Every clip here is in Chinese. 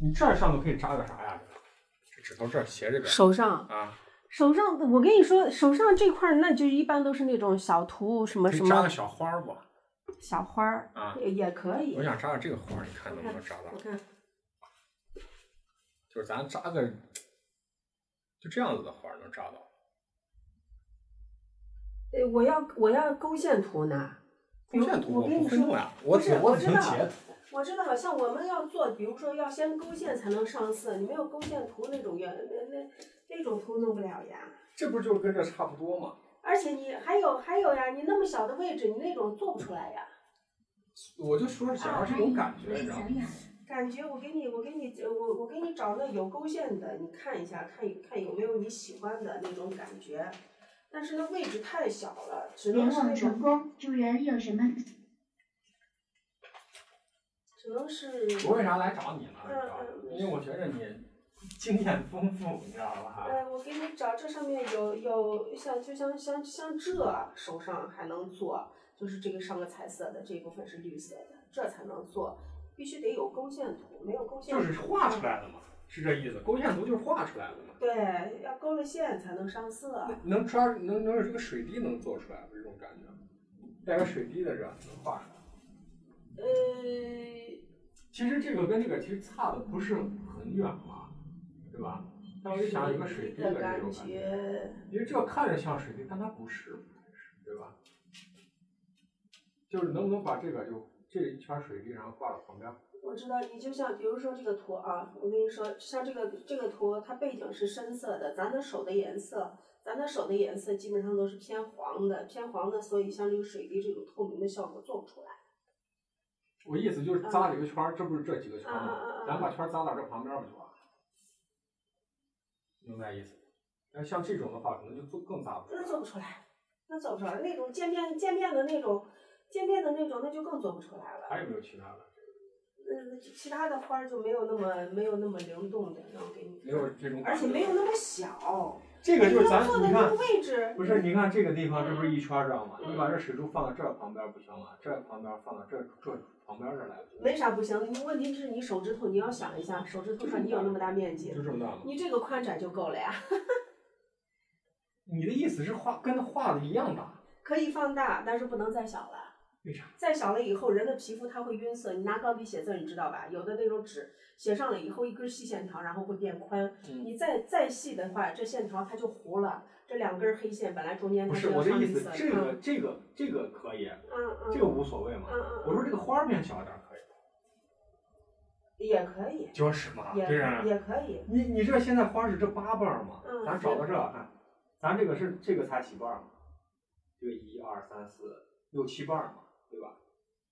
你这儿上头可以扎个啥呀？这指头这儿斜这边手上，啊，手上，我跟你说，手上这块儿，那就一般都是那种小图什么可什以扎么个小花儿不？小花儿，啊，也也可以我。想扎个这个花儿，你看能不能扎到我？看，就是咱扎个就这样子的花儿能扎到。呃我要我要勾线图呢。弓箭图我跟不你会说弄呀，我不只是我只知能道截图。我知道，像我们要做，比如说要先勾线才能上色，你没有勾线图那种也那那那种图弄不了呀。这不就跟这差不多吗？而且你还有还有呀，你那么小的位置，你那种做不出来呀。我就说是想要这种感觉，你知嗯道吗？感觉我给你，我给你，我我给你找那有勾线的，你看一下，看看有没有你喜欢的那种感觉。但是那位置太小了，只能联是那种网成功，主人有什么？只能是我为啥来找你呢？你知道吧嗯嗯？因为我觉着你经验丰富，你知道吧？呃，我给你找这上面有有像就像像像这手上还能做，就是这个上个彩色的这一部分是绿色的，这才能做，必须得有勾线图，没有勾线就是画出。来的嘛，是这意思。勾线图就是画出来的嘛，对，要勾了线才能上色。能抓能能有这个水滴能做出来这种感觉，带个水滴的这能画出来。呃，其实这个跟这个其实差的不是很远嘛，对吧？但我就想有一个水滴的这的种呃感感觉，因为这个看着像水滴，但它不是，对吧？就是能不能把这个就这一圈水滴，然后挂到旁边，我知道，你就像比如说这个图啊，我跟你说，像这个这个图，它背景是深色的，咱的手的颜色，咱的手的颜色基本上都是偏黄的，偏黄的，所以像这个水滴这种透明的效果做不出来。我意思就是扎了一个圈儿，这不是这几个圈儿啊吗？啊啊！咱把圈儿扎到这旁边儿不就完了？明白意思？那像这种的话，可能就做更扎不出那来。做不出来，那做不出来，那种渐变渐变的那种，渐变的那种，那就更做不出来了。还有没有其他的？嗯，其他的花儿就没有那么没有那么灵动的，让我给你没，有这种感而觉，且没有那么小。这个就是你要咱做的你那看个，位置，不是，你看这个地方，这不是一圈儿知道吗？嗯你把这水柱放到这儿旁边不行吗？这儿旁边放到这儿这儿旁边这儿来不行没啥不行的。你问题是你手指头，你要想一下，手指头上你有那么大面积，就这么大吗？你这个宽窄就够了呀，你的意思是画跟画的一样大？可以放大，但是不能再小了。为啥？再小了以后，人的皮肤它会晕色。你拿高低写字，你知道吧？有的那种纸写上了以后，一根细线条，然后会变宽。嗯你再再细的话，这线条它就糊了。这两根黑线本来中间不它是要我的上意绿思色，的。这个这个这个可以，嗯嗯，这个无所谓嘛。嗯嗯，我说这个花儿变小点儿可以，也可以，就是嘛，也对啊呀。也可以。你你这现在花儿是这八瓣儿嘛？嗯咱找到这儿看，咱这个是这个才几瓣儿嘛？这个一二三四六七瓣儿嘛，对吧？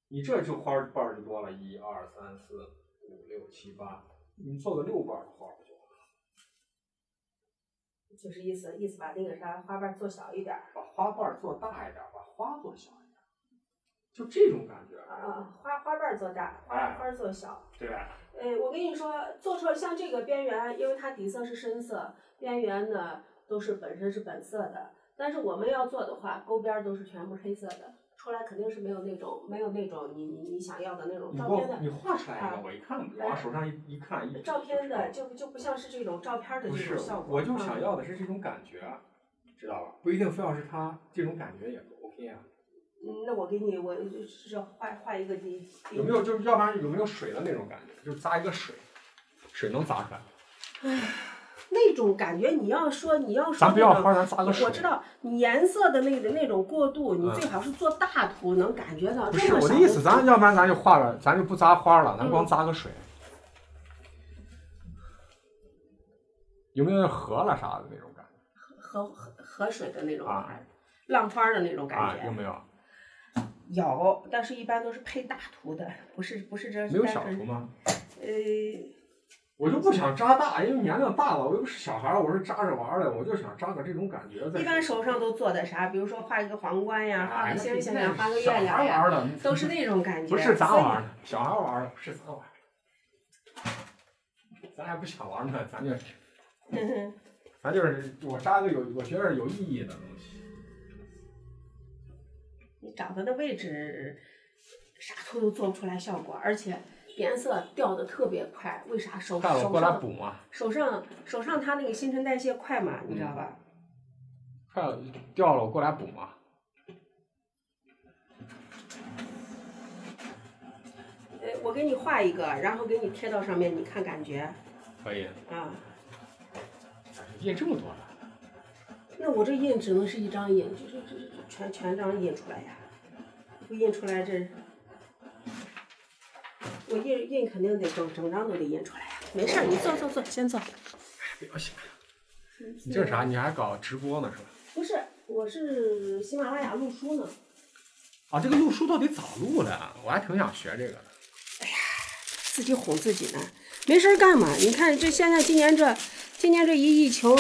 你这就花儿瓣儿就多了，一二三四五六七八，你做个六瓣儿的花儿不就完了？就是意思意思把那个啥花瓣做小一点儿，把花瓣儿做大一点儿，把花做小一点儿，就这种感觉，啊，花花瓣做大，花哎花做小。对吧？哎，我跟你说，做出来像这个边缘，因为它底色是深色，边缘呢都是本身是本色的。但是我们要做的话，勾边儿都是全部黑色的，出来肯定是没有那种没有那种你你你想要的那种你给照片我的你画出来一啊个，我一看，哎往手上一一看，一比照片的，就知道就就不像是这种照片儿的不这是种效，果。我就想嗯要的是这种感觉，啊知道吧？不一定非要是他这种感觉也 OK 啊。嗯，那我给你，我就是要画画一个你有没有就是要不然有没有水的那种感觉？就是砸一个水，水能砸出来。那种感觉？你要说你要说咱不要那种花，咱砸个水。我知。道你颜色的那个那种过渡，你嗯最好是做大图，能感觉到。不这是么我的小意思，咱要不然咱就画了，咱就不砸花了，咱嗯光砸个水。有没有河了啥的那种感觉河河河水的那种啊花儿，浪花儿的那种啊感？有觉。没有？有，但是一般都是配大图的，不是不是这没有单小纯图吗？呃，我就不想扎大，因为年龄大了，我又不是小孩儿，我是扎着玩儿的，我就想扎个这种感觉在。一般手上都做的啥？比如说画一个皇冠呀，画哎那个星星那呀，画个小月亮孩呀，玩儿的都是那种感觉。不是咱所以 玩儿的，小孩玩儿的，不是咱玩儿的。咱还不想玩儿呢，咱就嗯哼咱就是我扎个有我觉得有意义的东西。你找它的位置，啥图都做不出来效果，而且颜色掉的特别快，为啥手看我手过来上补嘛，手上手上它那个新陈代谢快嘛，你知道吧？看我掉了我过来补嘛。嗯呃，我给你画一个，然后给你贴到上面，你看感觉可以，啊。印这么多了，那我这印只能是一张印，这这这这全全张印出来呀，不印出来这，我印印肯定得整整张都得印出来呀。没事儿，你坐坐坐，先坐。不要想。你这是啥？？你还搞直播呢是吧？不是，我是喜马拉雅录书呢。啊，这个录书到底咋录的啊？我还挺想学这个的。自己哄自己呢，没事儿干嘛？你看这现在今年这，今年这一疫情，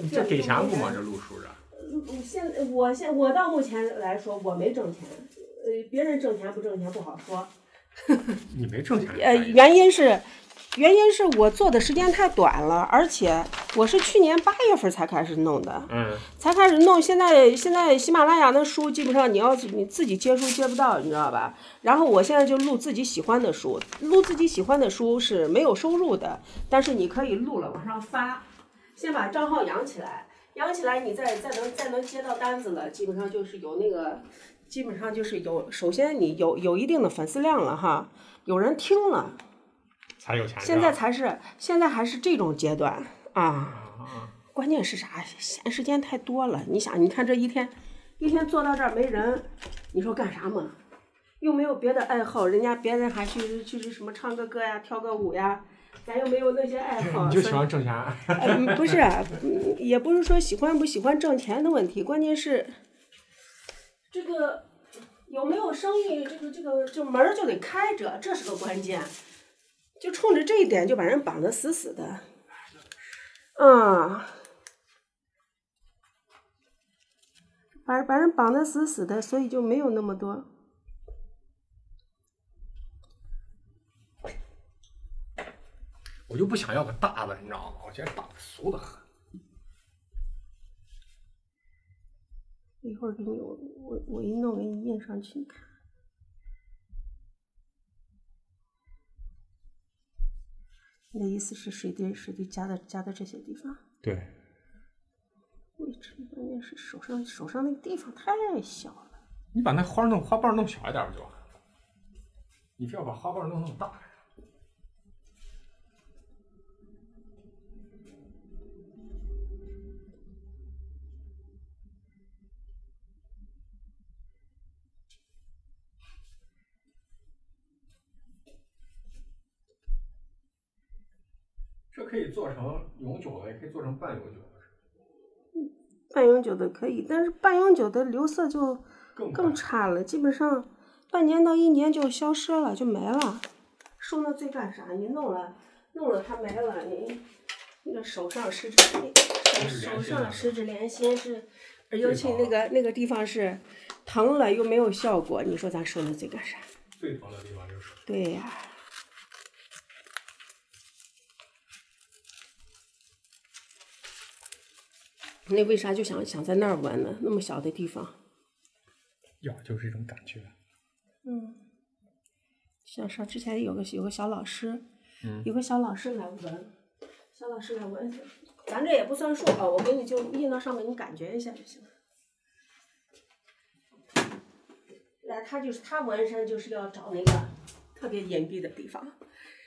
你这给啊钱不吗？这录书这？嗯？嗯现我现我到目前来说，我没挣钱，呃，别人挣钱不挣钱不好说。你没挣钱？呃，原因是，原因是我做的时间太短了，而且我是去年八月份才开始弄的，嗯，才开始弄。现在现在喜马拉雅的书基本上你要是你自己接书接不到，你知道吧？然后我现在就录自己喜欢的书，录自己喜欢的书是没有收入的，但是你可以录了往上发，先把账号养起来，养起来你再再能再能接到单子了，基本上就是有那个。基本上就是有，首先你有有一定的粉丝量了哈，有人听了，才有钱。现在才是，现在还是这种阶段啊。啊，关键是啥？闲时间太多了。你想，你看这一天，一天坐到这儿没人，你说干啥嘛？又没有别的爱好，人家别人还去去去什么唱个歌呀、跳个舞呀，咱又没有那些爱 好。你就所喜以欢挣钱。嗯，不是，嗯也不是说喜欢不喜欢挣钱的问题，关键是这个有没有生意，这个这个这门儿就得开着，这是个关键。就冲着这一点就把人绑得死死的，啊、把把人绑得死死的，所以就没有那么多。我就不想要个大的，你知道吗？我觉得大的俗的很。一会儿给你，我我我一弄给你印上去，你看。你的意思是水滴水滴夹在夹在这些地方对，位置，关键是手上手上那个地方太小了。你把那花弄花瓣弄小一点不就完了？你非要把花瓣弄那么大。这可以做成永久的，也可以做成半永久的，半永久的可以，但是半永久的留色就更更差了，基本上半年到一年就消失了，就没了。收那最干啥？你弄了，弄了它没了，你你这手上十指，连心手了上十指连心是，尤其那个那个地方是疼了又没有效果，你说咱收那最干啥？最疼的地方就是手。对呀、那为啥就想想在那儿纹呢？那么小的地方。要就是一种感觉。嗯，像上之前有个有个小老师，嗯有个小老师来闻，小老师来闻，咱这也不算数啊，我给你就印到上面，你感觉一下就行了。来，他就是他纹身就是要找那个特别隐蔽的地方。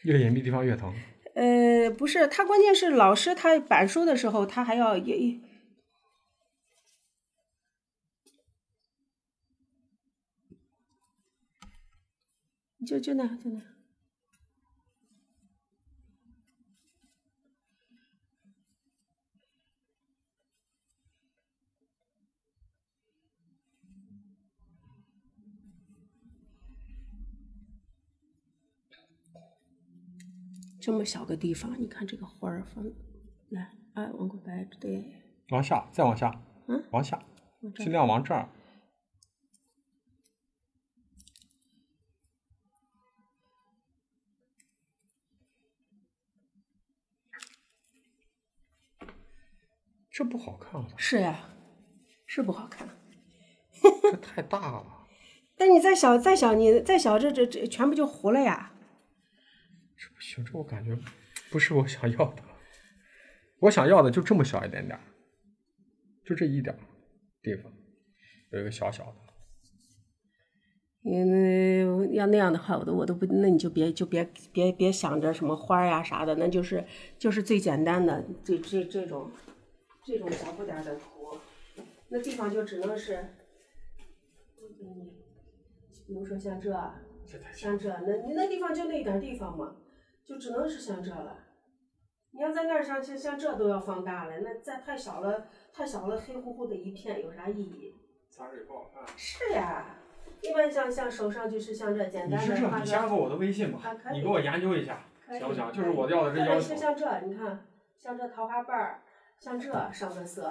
越隐蔽地方越疼。呃，不是，他关键是老师他板书的时候，他还要也也就就那样就那样。这么小个地方，你看这个花儿放，来，哎，往过来，对，往下，再往下，嗯，往下，往这尽儿，量往这儿。这不好看了，是呀，是不好看。这太大了。但你再小再小，你再小，这这这全部就糊了呀。这不行，这我感觉不是我想要的。我想要的就这么小一点点儿，就这一点儿地方，有一个小小的。嗯，要那样的话，我都我都不，那你就别就别别别想着什么花儿呀、啥的，那就是就是最简单的这这这种这种小不点儿的图，那地方就只能是，嗯，比如说像这，这太像这，那你那地方就那点儿地方嘛，就只能是像这了。你要在那儿像像像这都要放大了，那再太小了，太小了，黑乎乎的一片有啥意义？仨人也不好看。是呀，一般像像手上就是像这简你单是的这，画你加个，过我的微信吧啊可？以你给我研究一下，可以行不行？就是我要的这或要者求是。像这，你看，像这桃花瓣儿，像这上个色，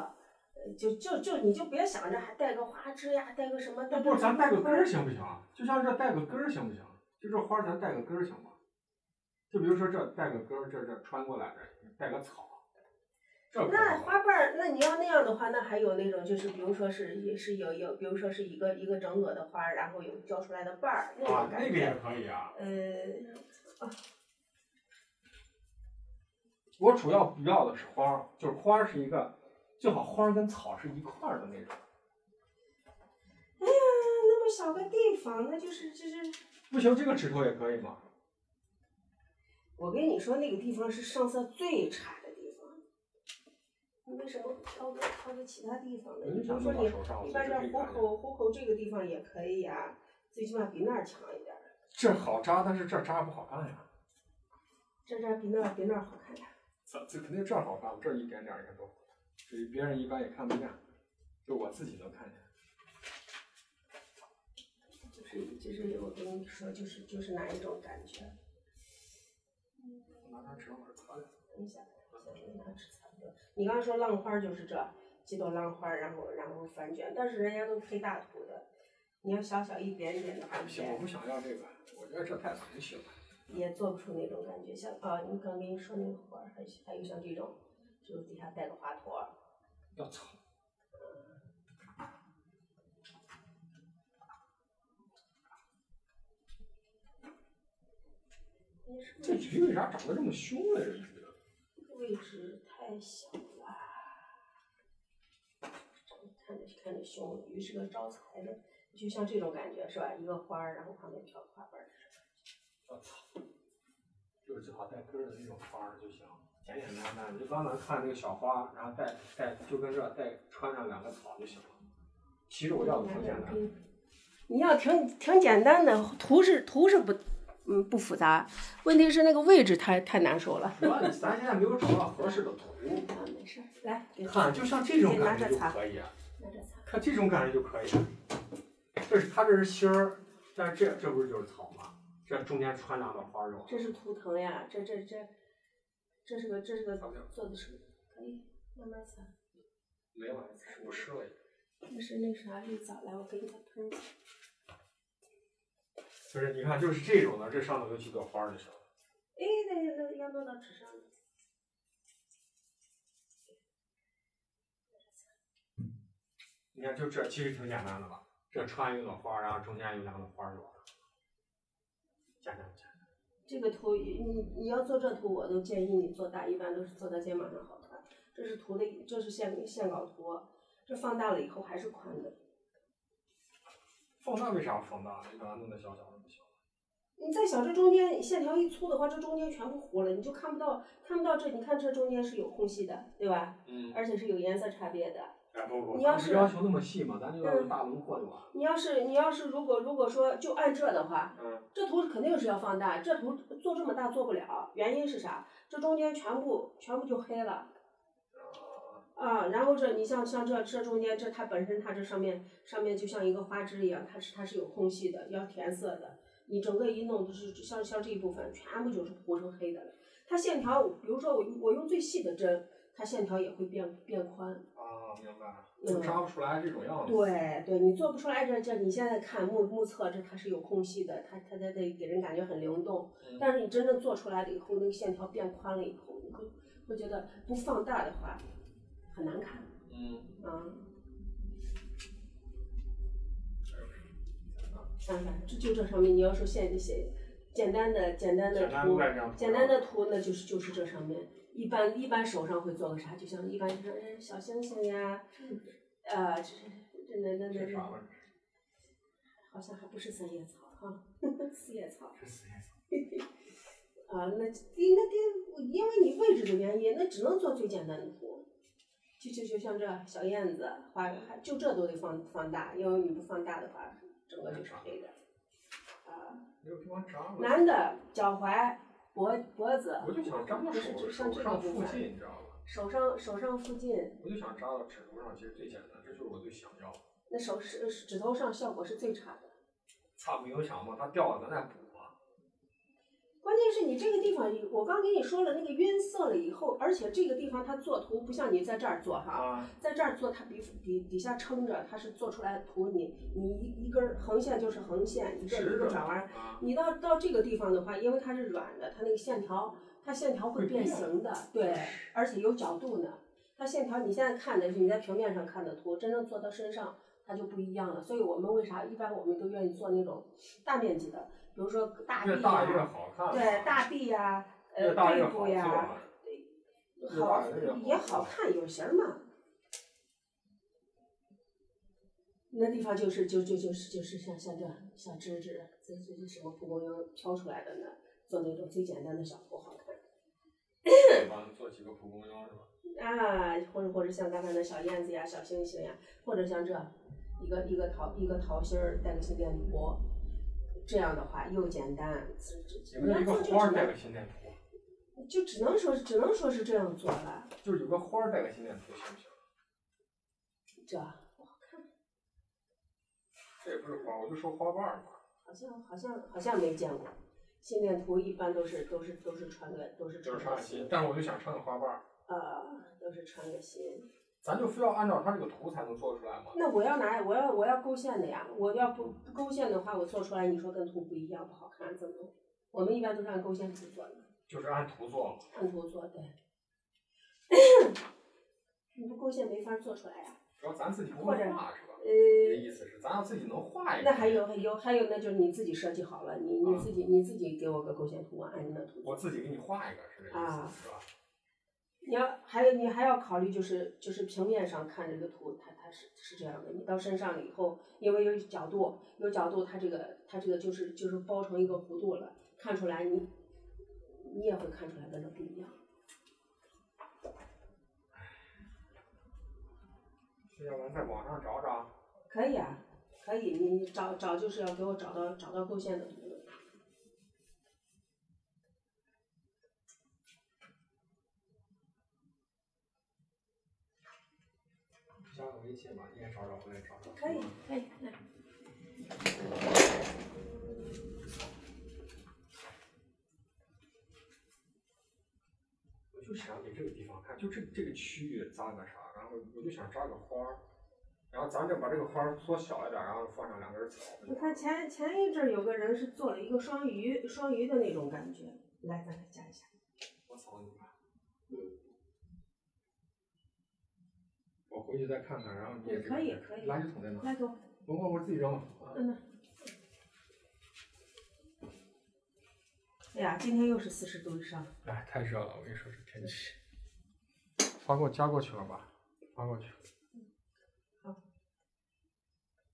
呃就就就你就别想着还带个花枝呀，带个什么，那不是咱带个根儿行不行啊？就像这带个根儿行不行？啊就这花儿咱带个根儿行吗？就比如说这带个根儿，这这穿过来这带个草，这可以那吗花瓣儿，那你要那样的话，那还有那种就是，比如说是也是有有，比如说是一个一个整朵的花儿，然后有交出来的瓣儿，那啊种，那感个觉。也可以啊。呃，我主要不要的是花儿，就是花儿是一个，最好花儿跟草是一块儿的那种。那么小个地方，那就是就是不行，这个指头也可以吗？我跟你说，那个地方是上色最差的地方。你为什么不挑个挑个其他地方呢？你比嗯咱们如说到你手上，我你觉把得这可以虎看一下口虎口这个地方也可以啊，最起码比那儿强一点儿。这好扎，但是这扎不好看呀。这这儿比那儿比那儿好看点儿。这这肯定这儿好看，这儿一点点儿也都，至于别人一般也看不见，就我自己能看见。就是就是我跟你说，就是就是哪一种感觉？拿张纸往这擦擦。等一下，想给拿纸擦掉。你刚才说浪花儿就是这几朵浪花儿，然后然后翻卷，但是人家都配大图的，你要小小一点点的话，不行，我不想要这个，我觉得这太俗气了。也做不出那种感觉。像啊，你刚跟你说那个花儿，还还有像这种，就是底下带个花托儿，要草，但是这鱼为啥长得这么凶呢？这鱼位置太小了，啊看着看着凶，鱼是个招财的，就像这种感觉是吧？一个花儿，然后旁边飘个花瓣儿，要草，就是最好带根儿的那种花儿就行，简简单单。你就刚才看那个小花，然后带带就跟这带穿上两个草就行了。其实我要的挺简单，你要挺挺简单的，图是图是不嗯不复杂，问题是那个位置太太难受了。主要咱现在没有找到合适的图。啊，没事儿，来，给你你看，就像这种感觉就可以啊。拿着擦。看这种感觉就可以了。这是它这是芯儿，但是这这不是就是草吗？这中间穿两朵花肉，啊这是图腾呀，这这这，这是个这是个草莓做的是可以慢慢擦。没有，是不是了已经？那是那啥绿藻，来我给你再喷一下。就是你看，就是这种的，这上头有几朵花就行了。哎，那那那要弄到纸上。你看，就这其实挺简单的吧？这穿一朵花，然后中间有两朵花肉，简单不简单？这个图你你要做这图，我都建议你做大，一般都是做到肩膀上好看。这是图的，这是线线稿图，这放大了以后还是宽的。放大为啥不放大？你把它弄得小小的不行？你再小，这中间线条一粗的话，这中间全部糊了，你就看不到看不到这，你看这中间是有空隙的，对吧？嗯，而且是有颜色差别的。哎不不，你要咱是嗯不要求那么细嘛，咱就要大轮廓就完了。你要是你要是如果如果说就按这的话，嗯，这图肯定是要放大，这图做这么大做不了，原因是啥？这中间全部全部就黑了。啊，然后这你像像这这中间这它本身它这上面上面就像一个花枝一样，它是它是有空隙的，要填色的。你整个一弄就是像像这一部分全部就是糊成黑的了。它线条，比如说我用我用最细的针，它线条也会变变宽。啊，明白了，就扎不出来这种样子。嗯对对，你做不出来这这，你现在看目目测这它是有空隙的，它它它得给人感觉很流动。嗯但是你真正做出来了以后，那个线条变宽了以后，你会会觉得不放大的话很难看嗯。啊。想想，这就这上面你要说线线简单的简单的简单图，外账，简单的图呢，就是就是这上面，一般一般手上会做个啥？就像一般就是哎小星星呀，呃，这这那那是那啥那，玩意儿？好像还不是三叶草哈， 四叶草是四叶草。啊、那应该得因为你位置的原因，那只能做最简单的图。就就就像这小燕子花，还就这都得放放大，因为你不放大的话，整个就是黑的。没有地方扎了。男的脚踝、脖脖子，我就想扎到不是手就手像这个上部附分。近，你知道吧？手上手上附近，我就想扎到指头上，其实最简单，这就是我最想要的。那手是是指头上效果是最差的。擦不影响嘛，它掉了咱再补嘛。关键是你这个地方，我刚跟你说了，那个晕色了以后，而且这个地方它做图不像你在这儿做哈，啊，在这儿做它底底底下撑着，它是做出来的图，你你一一根儿横线就是横线，一个直一个着转弯儿。啊，你到到这个地方的话，因为它是软的，它那个线条它线条会会变变形的，对，而且有角度呢。它线条你现在看的是你在平面上看的图，真正做到身上它就不一样了。所以我们为啥一般我们都愿意做那种大面积的，比如说大越臂大越呀、好看。对大臂呀、越呃大越背好部做呀、嘛。越好大越好也好看有型儿嘛。那地方就是就就就是就是像像这小芝芝，这这是什么蒲公英挑出来的呢？做那种最简单的小图好看完做几个蒲公英是吧？啊，或者或者像刚才那小燕子呀、小星星呀，或者像这一个一个桃一个桃心儿带个心电图，这样的话又简单。这这有没有一个这花儿这带个心电图？就只能说只能说是这样做了，就是有个花儿带个心电图行不行？这这也不是花，我就说花瓣儿嘛。好像好像好像没见过。心电图一般都是都是都是穿个都是就穿是穿个个心心，，但是我就想穿个花瓣儿，呃，都是穿个心。咱就非要按照它这个图才能做出来嘛。那我要拿我要我要勾线的呀，我要不不勾线的话，我做出来你说跟图不一样不好看，怎么？我们一般都是按勾线图做的，就是按图做嘛。按图做对。 你不勾线没法做出来呀、主要咱自己不或会者画是吧？你的呃，意思是，咱要自己能画一个。那还有还有还有，那就是你自己设计好了，你你啊自己你自己给我个勾线图，我按你的图做。我自己给你画一个，是这意思、啊是吧？你要还有你还要考虑就是就是平面上看这个图，它它是是这样的，你到身上了以后，因为有角度，有角度，它这个它这个就是就是包成一个弧度了，看出来你你也会看出来跟这不一样。是要不然在网上找找。可以啊，可以，你你找找就是要给我找到找到构线的图。加我微信吧，你也找找，我也找找。可以可以，来。我就想给这个地方看，就这这个区域扎个啥，然后我就想扎个花儿，然后咱就把这个花儿缩小一点，然后放上两根草。你看前前一阵儿有个人是做了一个双鱼双鱼的那种感觉，来咱来加一下。我操你妈！我回去再看看，然后你也嗯给我可以看可以垃圾桶在哪？来给我，我我我自己扔了。啊嗯呐。哎呀，今天又是四十度以上。哎，太热了，我跟你说这天气。发给我加过去了吧？发过去。嗯好。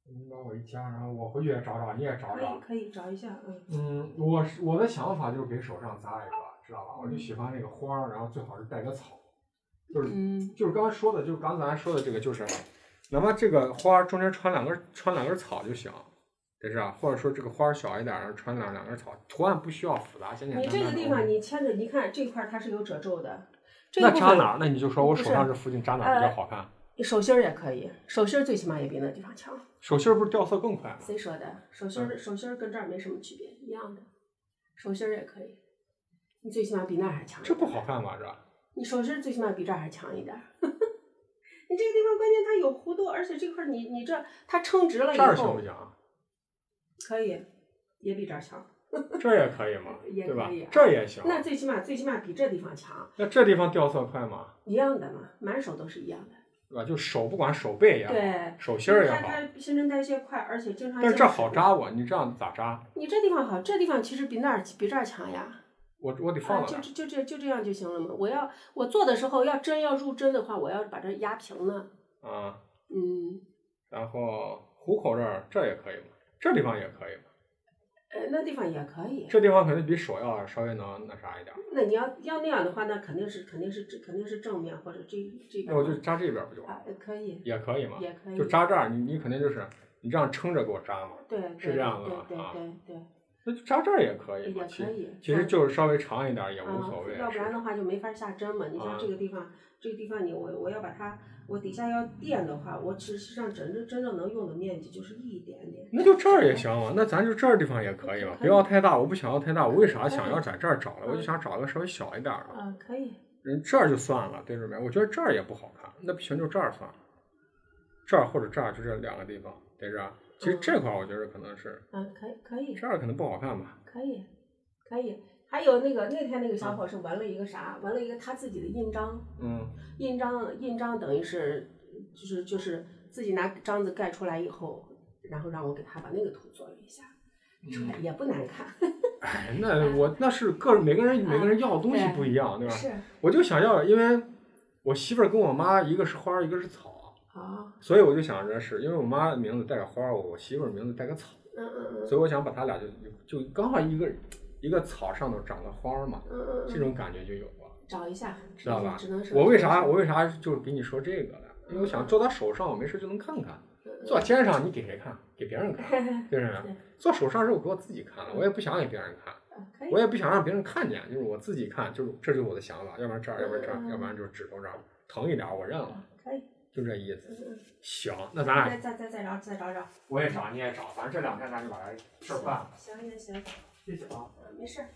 你把我一加，然后我回去也找找，你也找可找以。可以找一下，嗯，嗯，我是我的想法就是给手上扎一个，知道吧？我就喜欢那个花儿，然后最好是带个草，就是嗯，就是刚才说的，就是刚才说的这个，就是哪怕这个花儿中间穿两根穿两根草就行，得是吧？或者说这个花儿小一点，然后穿两两根草，图案不需要复杂，简简你单单这的。个地方你牵着，你看这块儿它是有褶皱的，这那部扎分哪儿？那你就说我不手是呃上这附近扎哪儿比较好看？手心儿也可以，手心儿最起码也比那地方强。手心儿不是掉色更快吗？谁说的？手心儿、嗯手心儿跟这儿没什么区别，一样的，手心儿也可以，你最起码比那儿还强。这不好，看吧？这你手心儿最起码比这儿还强一点儿。 你这个地方关键它有弧度，而且这块儿你你这它撑直了以这儿行后不，行啊？可以，也比这儿强。这儿也可以嘛，也对吧可以啊？这儿也行。那最起码最起码比这地方强，那这地方掉色快吗？一样的嘛，满手都是一样的。对吧？就手不管手背也好，对，手心儿也它好，它新陈代谢快，而且经常。但是这好。扎我，你这样咋扎？你这地方好，这地方其实比那儿比这儿强呀。我我得啊，放到就哪儿？就就这就这样就行了嘛。我要我做的时候要针要入针的话，我要把这压平呢。啊，嗯，然后虎口这儿这儿也可以嘛，这地方也可以嘛，呃，那地方也可以。这地方可能比手要啊稍微能那啥一点儿，那你要要那样的话，那肯定是肯定是这肯定是正面或者这这哎边那我就扎这边儿不就完了？啊，呃可以，也可以嘛，也可以，就扎这儿，你你肯定就是你这样撑着给我扎嘛，对，对是这样的对吧对啊对对那就扎这儿也可以对，嘛，也其可实以。其实啊就是稍微长一点儿也无啊所谓，，要不是然的话就没法下针嘛。你啊像这个地方，这个地方你我我要把它，我底下要垫的话，我只是让整个真正能用的面积就是一点点。那就这儿也行嘛，那咱就这儿地方也可以嘛，嗯可不以要太大，我不想要太大，我为啥可以想要在这儿找了？我就嗯想找个稍微小一点儿的，啊，可以，人这儿就算了，对准没？我觉得这儿也不好看，那不行就这儿算了，这儿或者这儿就这两个地方，对这儿。其实嗯这块儿我觉得可能是啊，可以，可以，这儿可能不好看吧，可以，可以。还有那个那天那个小伙是纹了一个啥？纹了一个他自己的印章，嗯印章印章等于是就是就是自己拿章子盖出来以后，然后让我给他把那个图做了一下，嗯出来也不难看。 哎，那我那是个人每个人每个人要的东西嗯对不一样，对吧？是我就想要，因为我媳妇儿跟我妈一个是花儿，一个是草，啊，所以我就想着是因为我妈的名字带个花儿，我媳妇儿名字带个草，嗯嗯嗯所以我想把它俩就就刚好一个一个草上头长个花儿嘛，嗯嗯这嗯，种感觉就有了。找一下，知道吧只能是我为啥我为啥就是给你说这个了？因为我想做到手上，我没事就能看看；嗯做到肩上，你给谁看？给别人看， 对不对对？做手上是我给我自己看了，我也不想给别人看。啊可以我也不想让别人看见，就是我自己看，就是这就是我的想法，要不然这儿，要不然这儿，嗯要不然就是指头这儿疼一点，我认了，可以，就这意思。嗯行，那咱俩嗯，再再再再找再找找，我也找，你也找，反正这两天咱就把这事儿办了。行行行，谢谢啊。嗯没事儿，